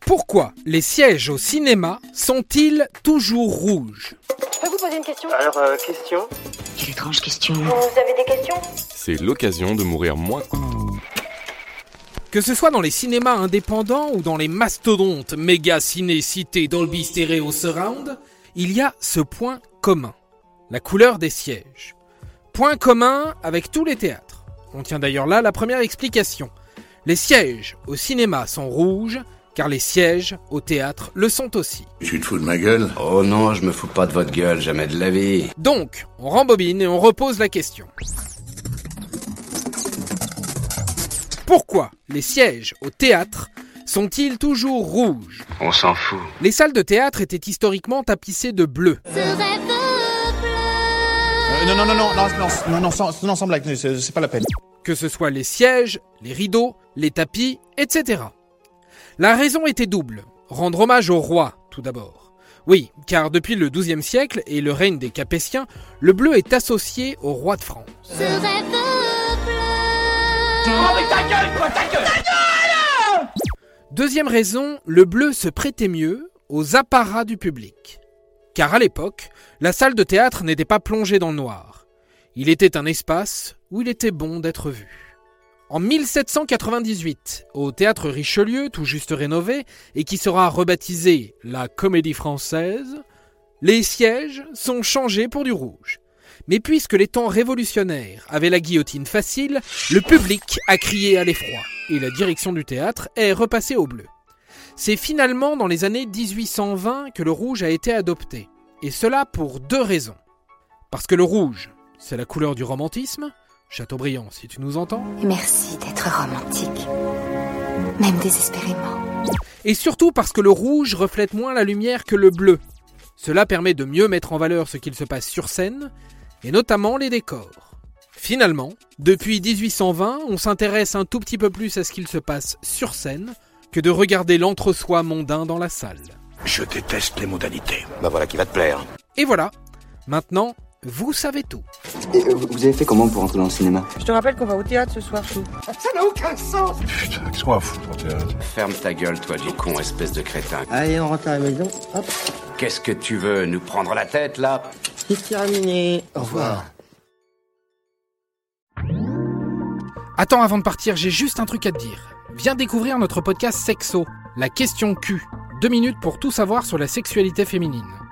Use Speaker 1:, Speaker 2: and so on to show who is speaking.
Speaker 1: Pourquoi les sièges au cinéma sont-ils toujours rouges
Speaker 2: Je peux vous poser une question
Speaker 3: Alors, euh, question
Speaker 4: Quelle étrange question
Speaker 2: Vous avez des questions
Speaker 5: C'est l'occasion de mourir moins.
Speaker 1: Que ce soit dans les cinémas indépendants ou dans les mastodontes méga ciné cités Dolby Stereo Surround, il y a ce point commun, la couleur des sièges. Point commun avec tous les théâtres. On tient d'ailleurs là la première explication. Les sièges au cinéma sont rouges, car les sièges au théâtre le sont aussi.
Speaker 6: Tu te fous de ma gueule
Speaker 7: Oh non, je me fous pas de votre gueule, jamais de la vie.
Speaker 1: Donc, on rembobine et on repose la question. Pourquoi les sièges au théâtre sont-ils toujours rouges
Speaker 7: On s'en fout.
Speaker 1: Les salles de théâtre étaient historiquement tapissées de bleu.
Speaker 8: Euh, non, non, non, non, non, non, non, non, sans- non, sans blague, c'est c'est pas la peine.
Speaker 1: que ce soit les sièges, les rideaux, les tapis, etc. La raison était double. Rendre hommage au roi, tout d'abord. Oui, car depuis le XIIe siècle et le règne des Capétiens, le bleu est associé au roi de France. Deuxième raison, le bleu se prêtait mieux aux apparats du public. Car à l'époque, la salle de théâtre n'était pas plongée dans le noir. Il était un espace où il était bon d'être vu. En 1798, au théâtre Richelieu, tout juste rénové, et qui sera rebaptisé la Comédie Française, les sièges sont changés pour du rouge. Mais puisque les temps révolutionnaires avaient la guillotine facile, le public a crié à l'effroi, et la direction du théâtre est repassée au bleu. C'est finalement dans les années 1820 que le rouge a été adopté, et cela pour deux raisons. Parce que le rouge, c'est la couleur du romantisme, Chateaubriand si tu nous entends,
Speaker 4: Merci d'être romantique, même désespérément.
Speaker 1: et surtout parce que le rouge reflète moins la lumière que le bleu. Cela permet de mieux mettre en valeur ce qu'il se passe sur scène, et notamment les décors. Finalement, depuis 1820, on s'intéresse un tout petit peu plus à ce qu'il se passe sur scène que de regarder l'entre-soi mondain dans la salle.
Speaker 6: Je déteste les modalités.
Speaker 7: Bah voilà qui va te plaire.
Speaker 1: Et voilà, maintenant, vous savez tout.
Speaker 7: Et euh, vous vous avez fait comment pour entrer dans le cinéma
Speaker 9: Je te rappelle qu'on va au théâtre ce soir, Chou.
Speaker 6: Putain, qu'est-ce qu'on va foutre au théâtre
Speaker 7: Ferme ta gueule, toi, du con, espèce de crétin.
Speaker 8: Allez, on rentre à la maison. Hop,
Speaker 7: Qu'est-ce que tu veux Nous prendre la tête, là
Speaker 8: c'est terminé. Au revoir.
Speaker 1: Attends, avant de partir, j'ai juste un truc à te dire. Viens découvrir notre podcast Sexo, la question Q. Deux minutes pour tout savoir sur la sexualité féminine.